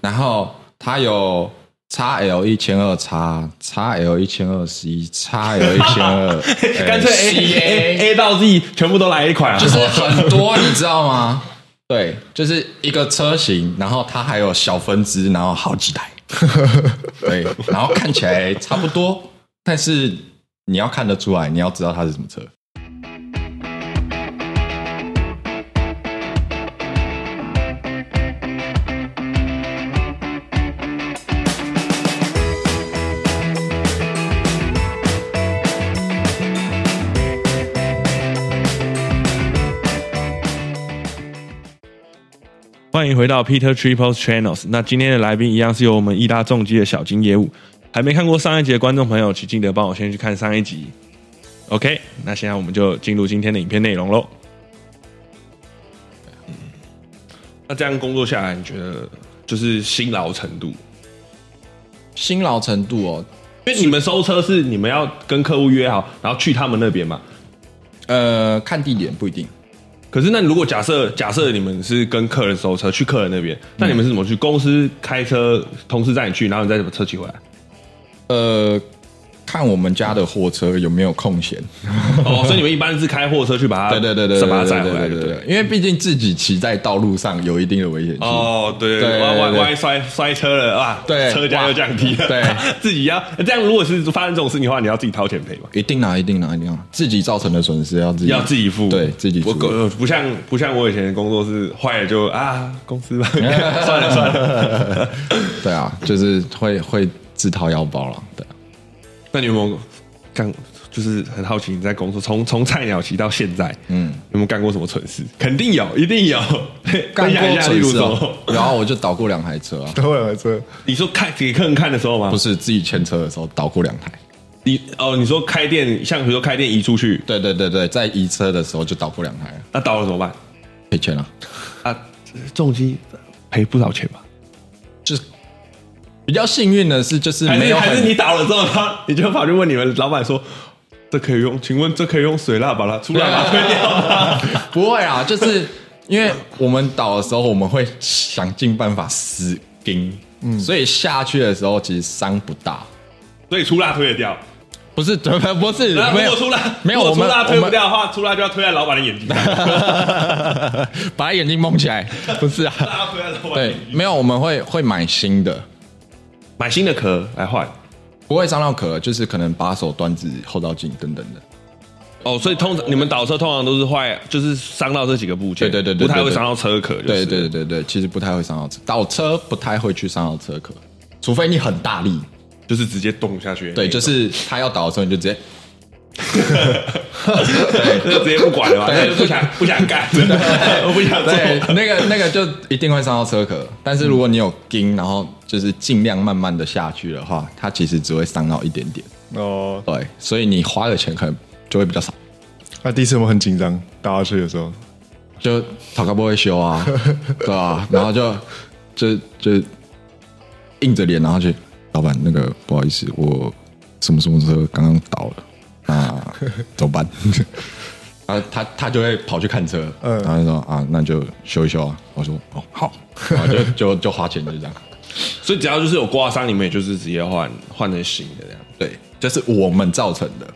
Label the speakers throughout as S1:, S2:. S1: 然后它有 XL 一千二 x XL 一千二十一 XL 一千二，哎
S2: 干脆
S1: CA
S2: A A A 到 Z 全部都来一款啊，
S1: 就是很多，你知道吗？ 对，就是一个车型，然后它还有小分支，然后好几台， 对，然后看起来差不多，但是你要看得出来，你要知道它是什么车。
S2: 欢迎回到 Peter Triples Channels。那今天的来宾一样是由我们义大重机的小金业务。还没看过上一集的观众朋友，请记得帮我先去看上一集。OK，那现在我们就进入今天的影片内容喽。嗯那这样工作下来，你觉得就是辛劳程度？
S1: 辛劳程度哦，
S2: 因为你们收车是你们要跟客户约好，然后去他们那边嘛。
S1: 呃，看地点不一定。
S2: 可是那如果假设假设你们是跟客人收车去客人那边，那你们是怎么去？公司开车，同事载你去，然后你再把车骑回来？
S1: 呃，看我们家的货车有没有空闲。
S2: 哦，所以你们一般是开货车去把它，
S1: 对对对对，对
S2: 把它
S1: 对
S2: 载回
S1: 对
S2: 来，
S1: 对
S2: 对
S1: 对
S2: 对。
S1: 对，因为毕竟自己骑在道路上有一定的危险性。
S2: 哦，对对
S1: 对
S2: 对，万万
S1: 对
S2: 万一摔摔车了啊，
S1: 对
S2: 车价又降低了，
S1: 哇对，
S2: 自己要这样。如果是发生这种事情的话，你要自己掏钱赔嘛，
S1: 一定拿，一定啊拿，一定拿，自己造成的损失要自己
S2: 要自己付，
S1: 对自己
S2: 我
S1: 付
S2: 呃不像不像我以前的工作是坏了就啊公司吧，算了算了。
S1: 对啊，就是会会自掏腰包了。对啊，
S2: 那你有没有干？就是很好奇你在工作，从从菜鸟骑到现在，
S1: 嗯，
S2: 有没有干过什么蠢事？肯定有，一定有。
S1: 干
S2: 分享一
S1: 过
S2: 下，
S1: 蠢
S2: 例如
S1: 事
S2: 什
S1: 哦
S2: 么？，
S1: 然后我就倒过两台车啊，
S3: 等会儿这
S2: 你说看给客人看的时候吗？
S1: 不是自己牵车的时候倒过两台。
S2: 你哦，你说开店，像比如说开店移出去，
S1: 对对对对，在移车的时候就倒过两台啊，
S2: 那倒了怎么办？
S1: 赔钱啊，
S2: 啊，重击赔不少钱吧？
S1: 就是比较幸运的是，就是
S2: 还
S1: 没
S2: 是
S1: 有
S2: 还是你
S1: 很
S2: 倒了之后，他你就跑去问你们老板说，这可以用？请问这可以用水蜡把它出蜡把它推掉吗？
S1: 不会啊， 就是因为我们倒的时候，我们会想尽办法死盯，嗯，所以下去的时候其实伤不大。
S2: 所以出蜡推得掉。
S1: 不是， 啊不是，
S2: 然后
S1: 没
S2: 如
S1: 有
S2: 果出蜡
S1: 没有
S2: 如
S1: 我
S2: 果出
S1: 们
S2: 蜡
S1: 我
S2: 推不
S1: 们
S2: 掉的话，出蜡就要推在老板的眼睛上，
S1: 把他眼睛蒙起 来，不是啊，
S2: 蜡推在老板的
S1: 对
S2: 眼，睛。
S1: 没有，我们会会买新的，
S2: 买新的壳来换。
S1: 不会伤到壳，就是可能把手、端子、后照镜等等的。
S2: 哦，所以通常你们倒车通常都是坏，就是伤到这几个部件，
S1: 对对对对
S2: 不太
S1: 对
S2: 会
S1: 对
S2: 伤到车壳。就
S1: 对
S2: 是
S1: 对对对，其实不太会伤到车，倒车不太会去伤到车壳，除非你很大力。
S2: 就是直接动下去的那种。
S1: 对，就是他要倒的时候你就直接，
S2: 就直接不管了吧，
S1: 对
S2: 就是不想不 想干，真的， 我不想
S1: 对，
S2: 做。
S1: 那个那个就一定会伤到车壳。但是如果你有钉，然后就是尽量慢慢的下去的话，它其实只会伤到一点点。
S3: 哦，
S1: 对，所以你花的钱可能就会比较少。
S3: 那、第一次我很紧张，搭下去的时候，
S1: 就讨个不会修啊，对啊，然后就就就硬着脸，然后去老板那个不好意思，我什么什么车刚刚倒了，那怎么办？啊，他他就会跑去看车，
S3: 嗯
S1: 然后就说啊，那就修一修啊。我说哦好，然后就就就花钱就这样。
S2: 所以只要就是有刮伤，你们也就是直接换换成新的这样。
S1: 对，这是我们造成的，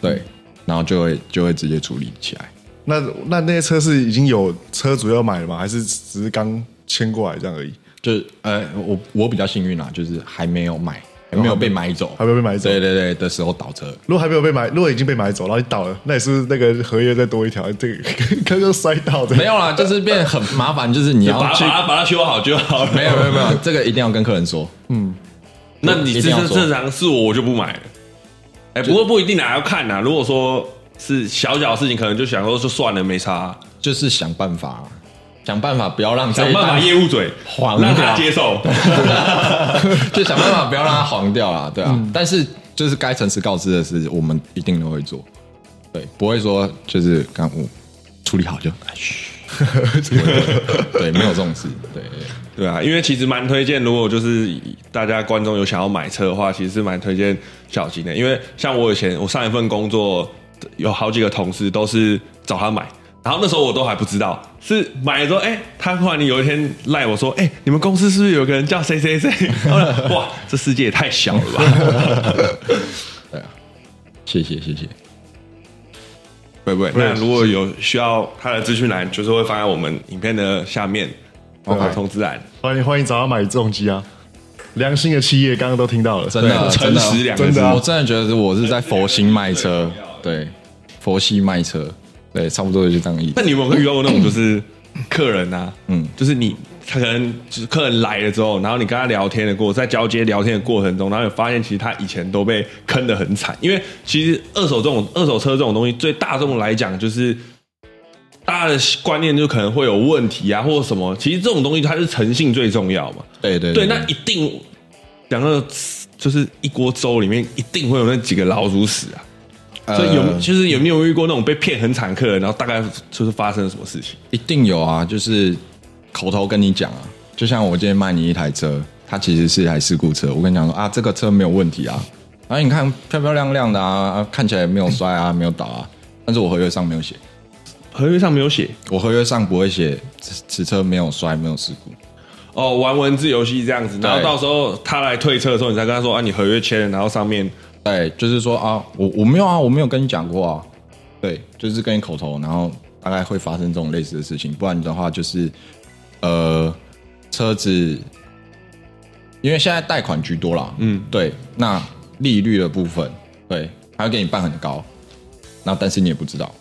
S1: 对，然后就会就会直接处理起来。
S3: 那那那些车是已经有车主要买了吗？还是只是刚迁过来这样而已？
S1: 就是呃，我我比较幸运啦，啊就是还没有买，还没有被买走，
S3: 还没有被买走
S1: 对对对，的时候倒车，
S3: 如果还没有被买，如果已经被买走，然后你倒了，那也是那个合约再多一条，这个 刚刚摔倒的。
S1: 没有啦，就是变很麻烦，就是你要
S2: 把
S1: 去
S2: 它，把它把它修好就好了。
S1: 没有没有没有，这个一定要跟客人说，
S2: 那你这
S1: 一定要
S2: 这
S1: 做
S2: 正常是我我就不买了。哎，不过不一定啊，要看呐。如果说是小小的事情，可能就想说就算了，没差。
S1: 就是想办法，想办法不要让这
S2: 想
S1: 一
S2: 办法
S1: 单
S2: 业务嘴，
S1: 黄
S2: 让他
S1: 掉，
S2: 接受。
S1: 就想办法不要让它黄掉啦，对啊，但是就是该诚实告知的事，我们一定都会做，对，不会说就是刚我处理好就哎嘘，对，没有这种事，对对对
S2: 对啊，因为其实蛮推荐，如果就是大家观众有想要买车的话，其实是蛮推荐小金的。因为像我以前我上一份工作有好几个同事都是找他买，然后那时候我都还不知道，是买了之后，哎、他忽然有一天赖我说，哎、你们公司是不是有个人叫谁谁谁？然后呢哇，这世界也太小了吧！
S1: 谢谢谢谢，
S2: 不会不会，那如果有需要他的资讯栏，就是会放在我们影片的下面，包括通知栏，
S3: 欢迎欢迎找他买这种机啊！良心的企业刚刚都听到了，
S1: 真的
S2: 诚
S1: 真的
S2: 实两个
S1: 真
S2: 字
S1: 的，我真的觉得我是在佛心卖车
S2: 对，
S1: 对，佛系卖车，对，差不多就这样意思
S2: 那。你有没有遇到过那种就是客人啊？嗯，就是你他可能就是客人来了之后，然后你跟他聊天的过在交接聊天的过程中，然后你发现其实他以前都被坑得很惨，因为其实二手这种二手车这种东西，对大众来讲就是。大家的观念就可能会有问题啊，或者什么。其实这种东西它是诚信最重要嘛。
S1: 对对
S2: 对，那一定两个就是一锅粥里面一定会有那几个老鼠屎啊。所以有
S1: 呃
S2: 就是有没有遇过那种被骗很惨客人，然后大概就是发生了什么事情？
S1: 一定有啊，就是口头跟你讲啊，就像我今天卖你一台车，它其实是一台事故车，我跟你讲说啊，这个车没有问题啊，然后你看漂漂亮亮的啊，啊看起来没有摔啊，没有倒啊，但是我合约上没有写，
S2: 合约上没有写
S1: 我合约上不会写此此车没有摔，没有事故，
S2: 哦，玩文字游戏这样子，然后
S1: 对
S2: 到时候他来退车的时候，你才跟他说啊，你合约签了，然后上面
S1: 对，就是说啊，我我没有啊，我没有跟你讲过啊，对，就是跟你口头，然后大概会发生这种类似的事情，不然的话就是呃，车子因为现在贷款居多啦，嗯，对，那利率的部分，对，还要给你办很高，那但是你也不知道，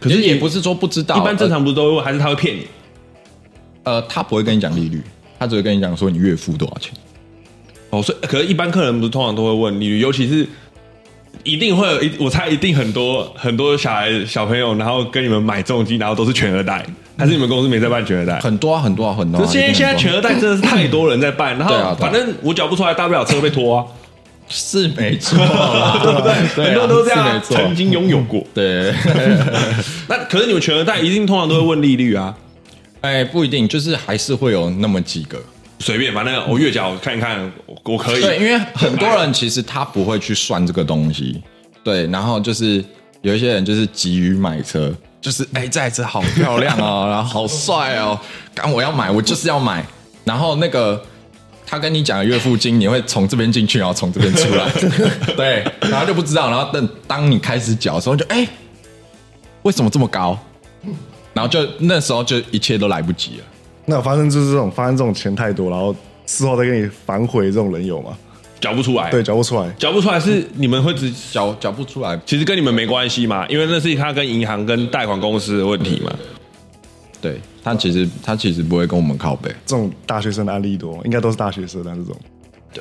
S2: 可是
S1: 也也
S2: 你
S1: 不呃是说不知道，
S2: 一般正常不是都会问，还是他会骗你？
S1: 呃，呃，他不会跟你讲利率，他只会跟你讲说你月付多少钱，
S2: 哦，所以可是一般客人不是通常都会问利率，尤其是一定会有一，我猜一定很多很多小孩小朋友，然后跟你们买重机，然后都是全额贷，还是你们公司没在办全额贷？
S1: 很多啊，很多啊，很多、
S2: 可
S1: 啊，
S2: 是现在
S1: 一定
S2: 现
S1: 很
S2: 在
S1: 多啊
S2: 全额贷真的是太多人在办，然
S1: 对啊
S2: 后
S1: 对啊
S2: 反正我缴不出来，大不了车被拖啊，
S1: 是没错 啦，对不对
S2: 很多都这样啊，
S1: 是没
S2: 曾
S1: 错，
S2: 经拥有过。
S1: 对。
S2: 那可是你们全额贷一定通常都会问利率啊，
S1: 哎，不一定，就是还是会有那么几个。
S2: 随便反正我月缴看一看，我我可以。
S1: 对，因为很多人其实他不会去算这个东西。对，然后就是有一些人就是急于买车，就是哎，这台车好漂亮哦， 然后好帅哦，刚我要买，我就是要买。然后那个他跟你讲的月付金，你会从这边进去，然后从这边出来，对，然后就不知道，然后等当你开始缴的时候就，哎，为什么这么高？然后就那时候就一切都来不及了。
S3: 那有发生就是这种发生这种钱太多，然后事后再跟你反悔这种人有吗？
S2: 缴不出来，
S3: 对，，缴不出来，
S2: 缴不出来是你们会直，
S1: 缴缴不出来，
S2: 其实跟你们没关系嘛，因为那是他跟银行跟贷款公司的问题嘛。
S1: 嗯对他其实他其实不会跟我们靠背，
S3: 这种大学生的案例多，应该都是大学生的这种。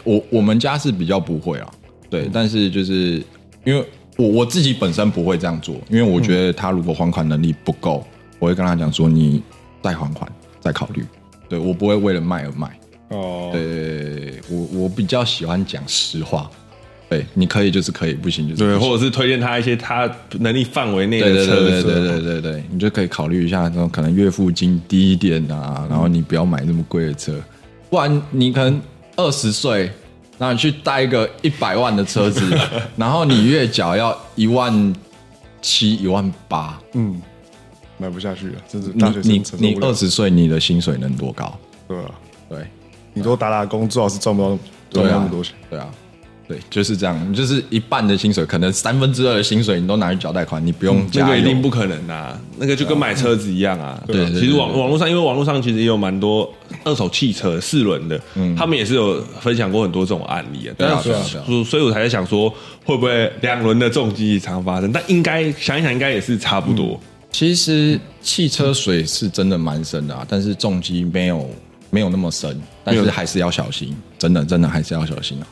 S1: 我我们家是比较不会啊，
S2: 嗯
S1: 对，但是就是因为我我自己本身不会这样做，因为
S2: 嗯
S1: 我觉得他如果还款能力不够，我会跟他讲说你再还款再考虑，对我不会为了卖而卖，
S3: 哦，
S1: 对我我比较喜欢讲实话，对，你可以就是可以，不行就是
S2: 对，
S1: 不行
S2: 或者是推荐他一些他能力范围内
S1: 对
S2: 的
S1: 对
S2: 车
S1: 对对
S2: 子。
S1: 对对对对，你就可以考虑一下，这种可能月付金低一点啊，然后你不要买那么贵的车，不然你可能二十岁，然后你去贷一个一百万的车 子，然后你月缴要一万七、一万八，
S3: 嗯，买不下去了，真是
S1: 你
S3: 大学
S1: 你
S3: 生承受
S1: 你
S3: 不
S1: 二
S3: 了。
S1: 十岁你的薪水能多高？
S3: 对啊，
S1: 对
S3: 你多打打工，最好是赚不到赚
S1: 对
S3: 不到那
S1: 啊
S3: 么多钱。，
S1: 对啊。对，就是这样，就是一半的薪水，可能三分之二的薪水你都拿去缴贷款，你不用
S2: 那
S1: 加油。
S2: 个一定不可能啊，那个就跟买车子一样啊。
S1: 对对对
S2: 其实网
S1: 对对
S2: 网络上，因为网络上其实也有蛮多二手汽车四轮的，他们也是有分享过很多这种案例啊。
S1: 嗯对啊
S2: 但是
S1: 对啊
S2: 所以我才在想说，会不会两轮的重机常发生？但应该想一想，应该也是差不多。
S1: 其实汽车水是真的蛮深的啊，但是重机没有没有那么深，但
S2: 没
S1: 是
S2: 有
S1: 还是要小心，真的真的还是要小心啊。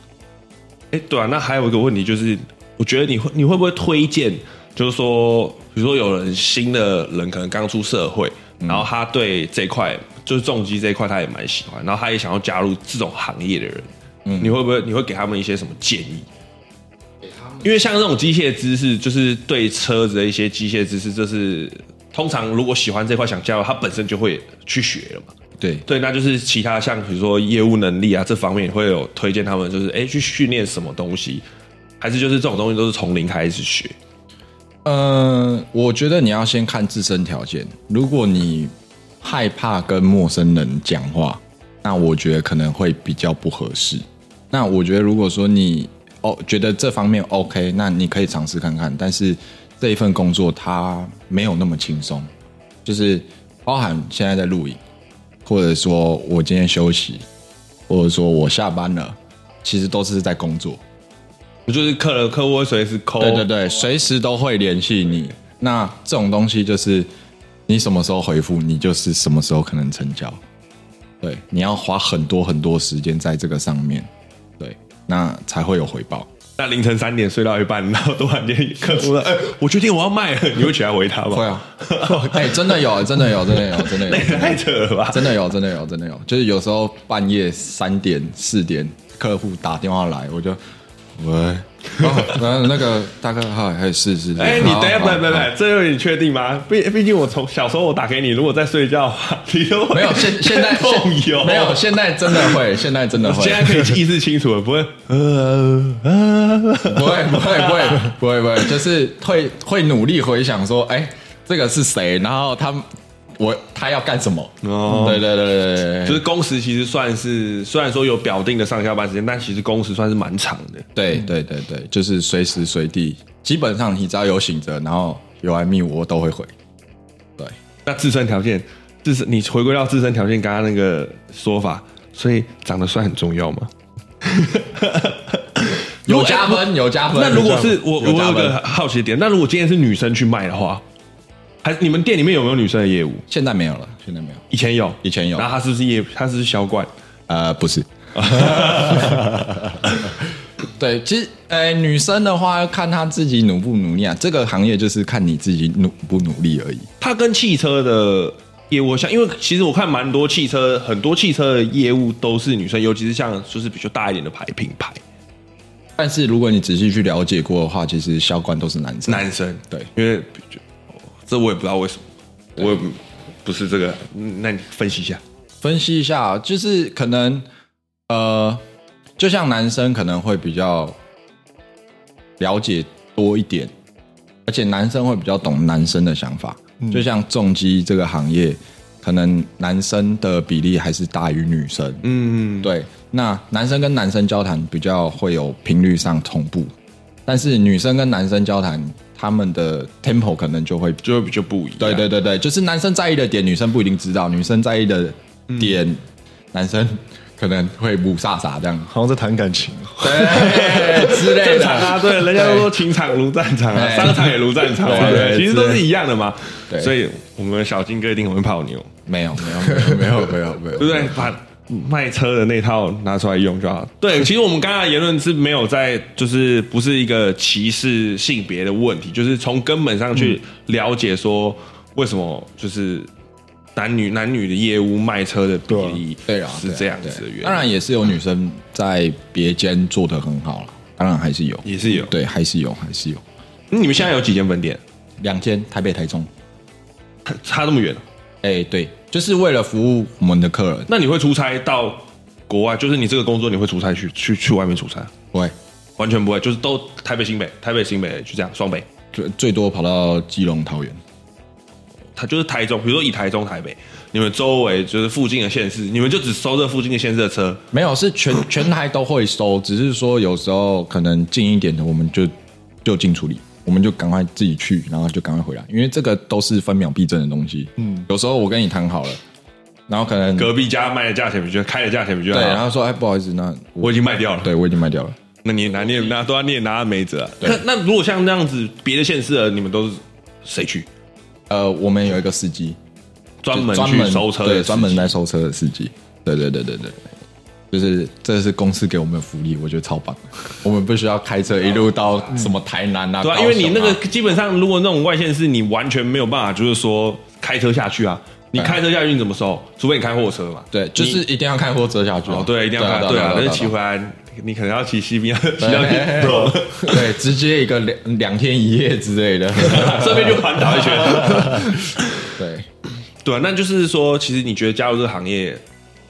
S2: 哎、对啊，那还有一个问题就是，我觉得你会你会不会推荐，就是说，比如说有人新的人可能刚出社会，然后他对这块就是重机这一块他也蛮喜欢，然后他也想要加入这种行业的人，你会不会你会给他们一些什么建议？因为像这种机械知识，就是对车子的一些机械知识，这是通常如果喜欢这块想加入，他本身就会去学了嘛。
S1: 对，
S2: 对，那就是其他像比如说业务能力啊这方面，也会有推荐他们就是哎去训练什么东西，还是就是这种东西都是从零开始学？
S1: 呃，我觉得你要先看自身条件。如果你害怕跟陌生人讲话，那我觉得可能会比较不合适。那我觉得，如果说你哦觉得这方面 OK，那你可以尝试看看。但是这一份工作它没有那么轻松，就是包含现在在录影，或者说我今天休息，或者说我下班了，其实都是在工作。
S2: 就是客人客户会随时抠，
S1: 对对对，随时都会联系你。那这种东西就是你什么时候回复，你就是什么时候可能成交。对，你要花很多很多时间在这个上面，对，那才会有回报。
S2: 那凌晨三点睡到一半，然后突然间客户说：“哎、我决定我要卖了。”你会起来回他吗？
S1: 会啊， 哎、真的有，真的有，真的有，真的
S2: 那
S1: 有，
S2: 也太扯了吧！
S1: 真的有，真的有，真的有。就是有时候半夜三点、四点，客户打电话来，我就 喂，哦然后那个大哥，嗨，嗨，是是是，
S2: 哎、你
S1: 好
S2: 等一下，不
S1: 好
S2: 不
S1: 好
S2: 不，这有你确定吗？毕毕竟我从小时候我打给你，如果在睡觉的话，你都会
S1: 没有， 现现在
S2: 梦游，
S1: 没有，现在真的 会，现在真的会，
S2: 现在可以意识清楚了，不会呃呃，
S1: 不会不会不 会不会不会，就是会会努力回想说，哎、这个是谁？然后他我他要干什么？哦，
S2: 哦
S1: 对对对对对对，
S2: 就是工时其实算是虽然说有表定的上下班时间，但其实工时算是蛮长的。
S1: 对对对对，就是随时随地，基本上你只要有醒着，然后有来密我，我都会回。对，
S2: 那自身条件，自身你回归到自身条件，刚刚那个说法，所以长得帅很重要吗？
S1: 有加分有加分。
S2: 那如果是我，我
S1: 加
S2: 有
S1: 分
S2: 个好奇的点，那如果今天是女生去卖的话，还你们店里面有没有女生的业务？
S1: 现在没有了，现在没有，
S2: 以前有，
S1: 以前有
S2: 然后她是不是业？她是不是销冠？
S1: 呃，不是。 对，其实，呃，女生的话，看她自己努不努力啊。这个行业就是看你自己努不努力而已。
S2: 它跟汽车的业务像，因为其实我看蛮多汽车，很多汽车的业务都是女生，尤其是像就是比较大一点的牌品牌，
S1: 但是如果你仔细去了解过的话，其实销冠都是男生。
S2: 男生
S1: 对
S2: 因为就哦这我也不知道为什么，我也不不是这个，嗯那你分析一下。
S1: 分析一下，就是可能，呃，就像男生可能会比较了解多一点，而且男生会比较懂男生的想法。
S2: 嗯
S1: 就像重机这个行业，可能男生的比例还是大于女生。
S2: 嗯，
S1: 对，那男生跟男生交谈比较会有频率上同步，但是女生跟男生交谈，他们的 tempo 可能就会
S2: 就会比较不一样。
S1: 对 对对对，就是男生在意的点，女生不一定知道；女生在意的点，
S2: 嗯
S1: 男生可能会不飒飒这 样
S3: 好像在谈感情哦。
S1: 对之类
S2: 正常啊，
S1: 的。
S2: 对，人家都说情场如战场啊，
S1: 对
S2: 商场也如战场嘛，
S1: 对
S2: 对，
S1: 对
S2: 其实
S1: 对
S2: 都是一样的嘛。
S1: 对
S2: 所以我们小金哥一定很会泡妞，
S1: 没有没有没有没有没有没有，
S2: 对不啊对？把卖车的那套拿出来用就好。对，其实我们刚才的言论是没有在，就是不是一个歧视性别的问题，就是从根本上去了解说为什么就是男女男女的业务卖车的比例
S1: 对啊，
S2: 是这样子的
S1: 对
S2: 原因，
S1: 当然也是有女生在别间做的很好了，当然还是有，
S2: 也是有。
S1: 对，还是有，还是有。
S2: 你们现在有几间分店？
S1: 两间台北、台中，
S2: 差这么远？
S1: 哎，对，就是为了服务我们的客人，
S2: 那你会出差到国外？就是你这个工作，你会出差去去去外面出差？
S1: 对，
S2: 完全不会，就是都台北新北，台北新北就这样双北。
S1: 最最多跑到基隆、桃园。
S2: 它就是台中，比如说以台中、台北，你们周围就是附近的县市，你们就只收这附近的县市的车。
S1: 没有，是全 全台都会收，只是说有时候可能近一点的，我们就就近处理，我们就赶快自己去，然后就赶快回来，因为这个都是分秒必争的东西。嗯，有时候我跟你谈好了，然后可能
S2: 隔壁家卖的价钱比较，开的价钱比较
S1: 对，然
S2: 好。
S1: 后说哎不好意思，那我
S2: 我已经卖掉了，
S1: 对我已经卖掉了，
S2: 那你拿你也拿都要你也拿没辙啊。那那如果像那样子，别的县市啊的你们都是谁去？
S1: 呃，我们有一个司机
S2: 专门
S1: 专
S2: 去
S1: 门
S2: 收车的司
S1: 对，
S2: 机，
S1: 专门来收车的司机，对对对对对。就是这是公司给我们的福利，我觉得超棒。我们不需要开车一路到什么台南啊，
S2: 对啊，
S1: 高
S2: 因为你
S1: 雄
S2: 那
S1: 啊
S2: 个基本上，如果那种外线是你完全没有办法，就是说开车下去啊，你开车下去你怎么收？除非你开货车嘛。
S1: 对，就是一定要看货车下去、
S2: 哦，对，一定要开，对啊，但是骑回来你可能要骑西边，骑到
S1: 对啊
S2: 边走，
S1: 对，直接一个两两天一夜之类 的。
S2: 顺便就环岛一圈。
S1: 对，
S2: 对啊，那就是说，其实你觉得加入这个行业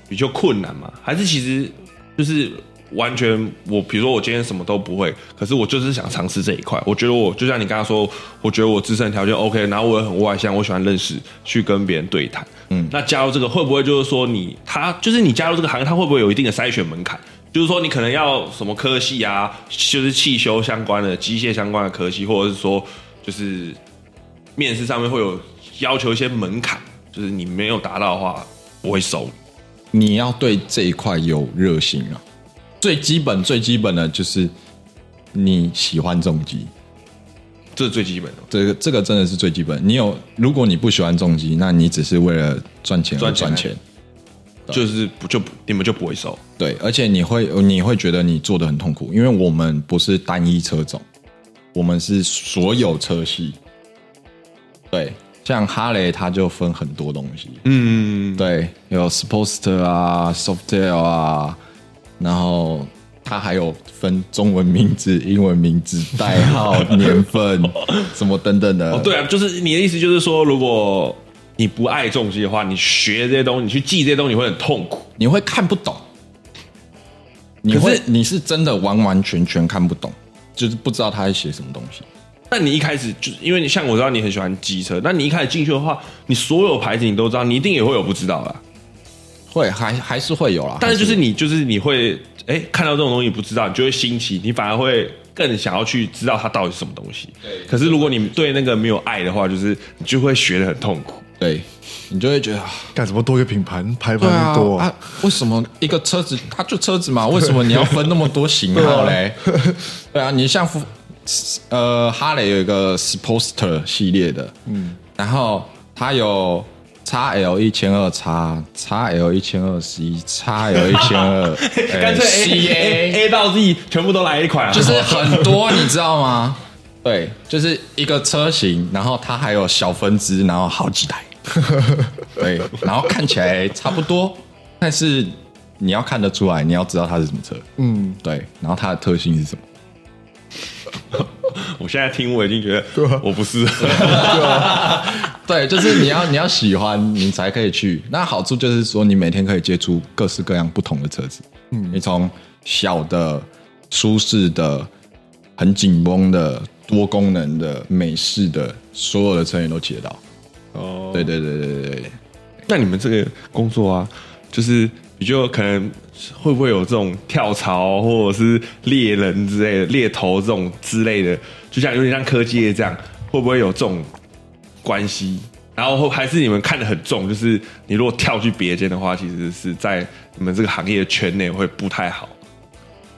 S2: 比较困难嘛？还是其实就是完全我，比如说我今天什么都不会，可是我就是想尝试这一块。我觉得我就像你刚刚说，我觉得我自身条件 OK，然后我也很外向，我喜欢认识，去跟别人对谈。嗯，那加入这个会不会就是说你他就是你加入这个行业，他会不会有一定的筛选门槛？就是说你可能要什么科系啊，就是汽修相关的、机械相关的科系，或者是说就是面试上面会有要求一些门槛，就是你没有达到的话不会收你。
S1: 你要对这一块有热心啊。最基本最基本的就是你喜欢重击，
S2: 这是最基本的嘛。
S1: 这个这个真的是最基本。你有，如果你不喜欢重击，那你只是为了赚钱而
S2: 赚钱
S1: 赚钱，
S2: 就是不就不你们就不会收。
S1: 对，而且你会你会觉得你做的很痛苦，因为我们不是单一车种，我们是所有车系。对，像哈雷它就分很多东西，
S2: 嗯，
S1: 对，有 Sportster 啊，Softail 啊，然后它还有分中文名字、英文名字、代号、年 份什么等等的。
S2: 哦，对啊，就是你的意思就是说，如果你不爱重机的话，你学这些东西，你去记这些东西，你会很痛苦。
S1: 你会看不懂，你
S2: 可
S1: 会
S2: 是
S1: 你是真的完完全全看不懂，就是不知道他在写什么东西。
S2: 那你一开始就是因为你像我知道你很喜欢机车，那你一开始进去的话，你所有牌子你都知道，你一定也会有不知道啦。
S1: 会还还是会有啦，
S2: 但是就是
S1: 还
S2: 你就是你会哎看到这种东西不知道，你就会新奇，你反而会更想要去知道它到底是什么东西。对。可是如果你对那个没有爱的话，就是你就会学的很痛苦。
S1: 对，你就会觉得啊
S3: 干什么多一个品牌排
S1: 对
S3: 版
S1: 啊
S3: 多
S1: 啊，为什么一个车子它就车子嘛，为什么你要分那么多型号嘞？对啊，你像福呃哈雷有一个 Sportster 系列的，嗯，然后它有。XL 一千二 x，XL 一千二十一，XL 一千二， 哎
S2: 干脆哎 A A A 到 Z 全部都来一款啊，
S1: 就是很多，你知道吗？ 对，就是一个车型，然后它还有小分支，然后好 几台，对，然后看起来差不多，但是你要看得出来，你要知道它是什么车，嗯，对，然后它的特性是什么？
S2: 我现在听我已经觉得我不是，
S1: 对，就是你要 你要喜欢，你才可以去。那好处就是说，你每天可以接触各式各样不同的车子。嗯，你从小的、舒适的、很紧绷的、多功能的、美式的，所有的车型都骑得到。
S2: 哦，
S1: 对对对对对对，
S2: 那你们这个工作啊，就是比较可能会不会有这种跳槽或者是猎人之类的猎头这种之类的，就像有点像科技业这样，会不会有这种关系？然后还是你们看得很重，就是你如果跳去别间的话，其实是在你们这个行业的圈内会不太好。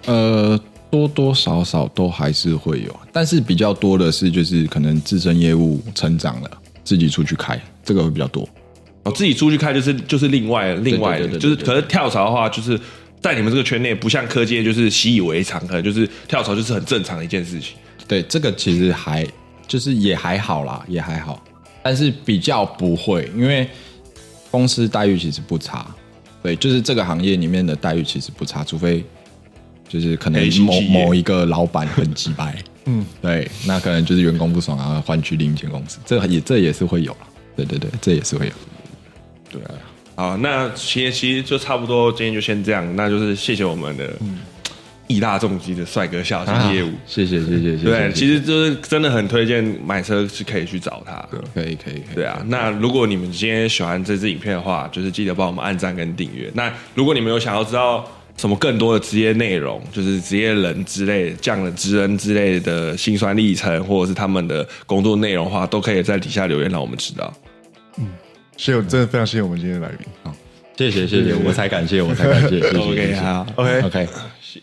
S1: 呃，多多少少都还是会有，但是比较多的是就是可能自身业务成长了，自己出去开，这个会比较多。
S2: 哦，自己出去开就是就是另外另外的，
S1: 对对对对
S2: 就是
S1: 对
S2: 可是跳槽的话，就是在你们这个圈内，不像科技业就是习以为常，可能就是跳槽就是很正常的一件事情。
S1: 对，这个其实还就是也还好啦，也还好，但是比较不会，因为公司待遇其实不差。对，就是这个行业里面的待遇其实不差，除非就是可能
S2: 黑心
S1: 某
S2: 企业
S1: 某一个老板很鸡掰，嗯，对，那可能就是员工不爽啊，换去另一间公司，这也这也是会有啦。对对对，这也是会有。对啊，
S2: 好，那其实其实就差不多，今天就先这样，那就是谢谢我们的义大重机的帅哥小
S1: 嗯啊
S2: 新业务。
S1: 谢谢谢谢谢谢。
S2: 对，
S1: 谢
S2: 其
S1: 谢
S2: 实就是真的很推荐买车是可以去找他。
S1: 可以可以可以。
S2: 对啊，那如果你们今天喜欢这支影片的话，就是记得帮我们按赞跟订阅。那如果你们有想要知道什么更多的职业内容，就是职业人之类、匠人、职人之类的辛酸历程，或者是他们的工作内容的话，都可以在底下留言让我们知道。
S3: 谢谢我，真的非常谢谢我们今天的来宾。
S1: 谢谢谢谢，我才感谢我才感谢。谢谢
S2: OK，
S1: 谢谢
S2: 好，OK，
S1: OK。
S2: 谢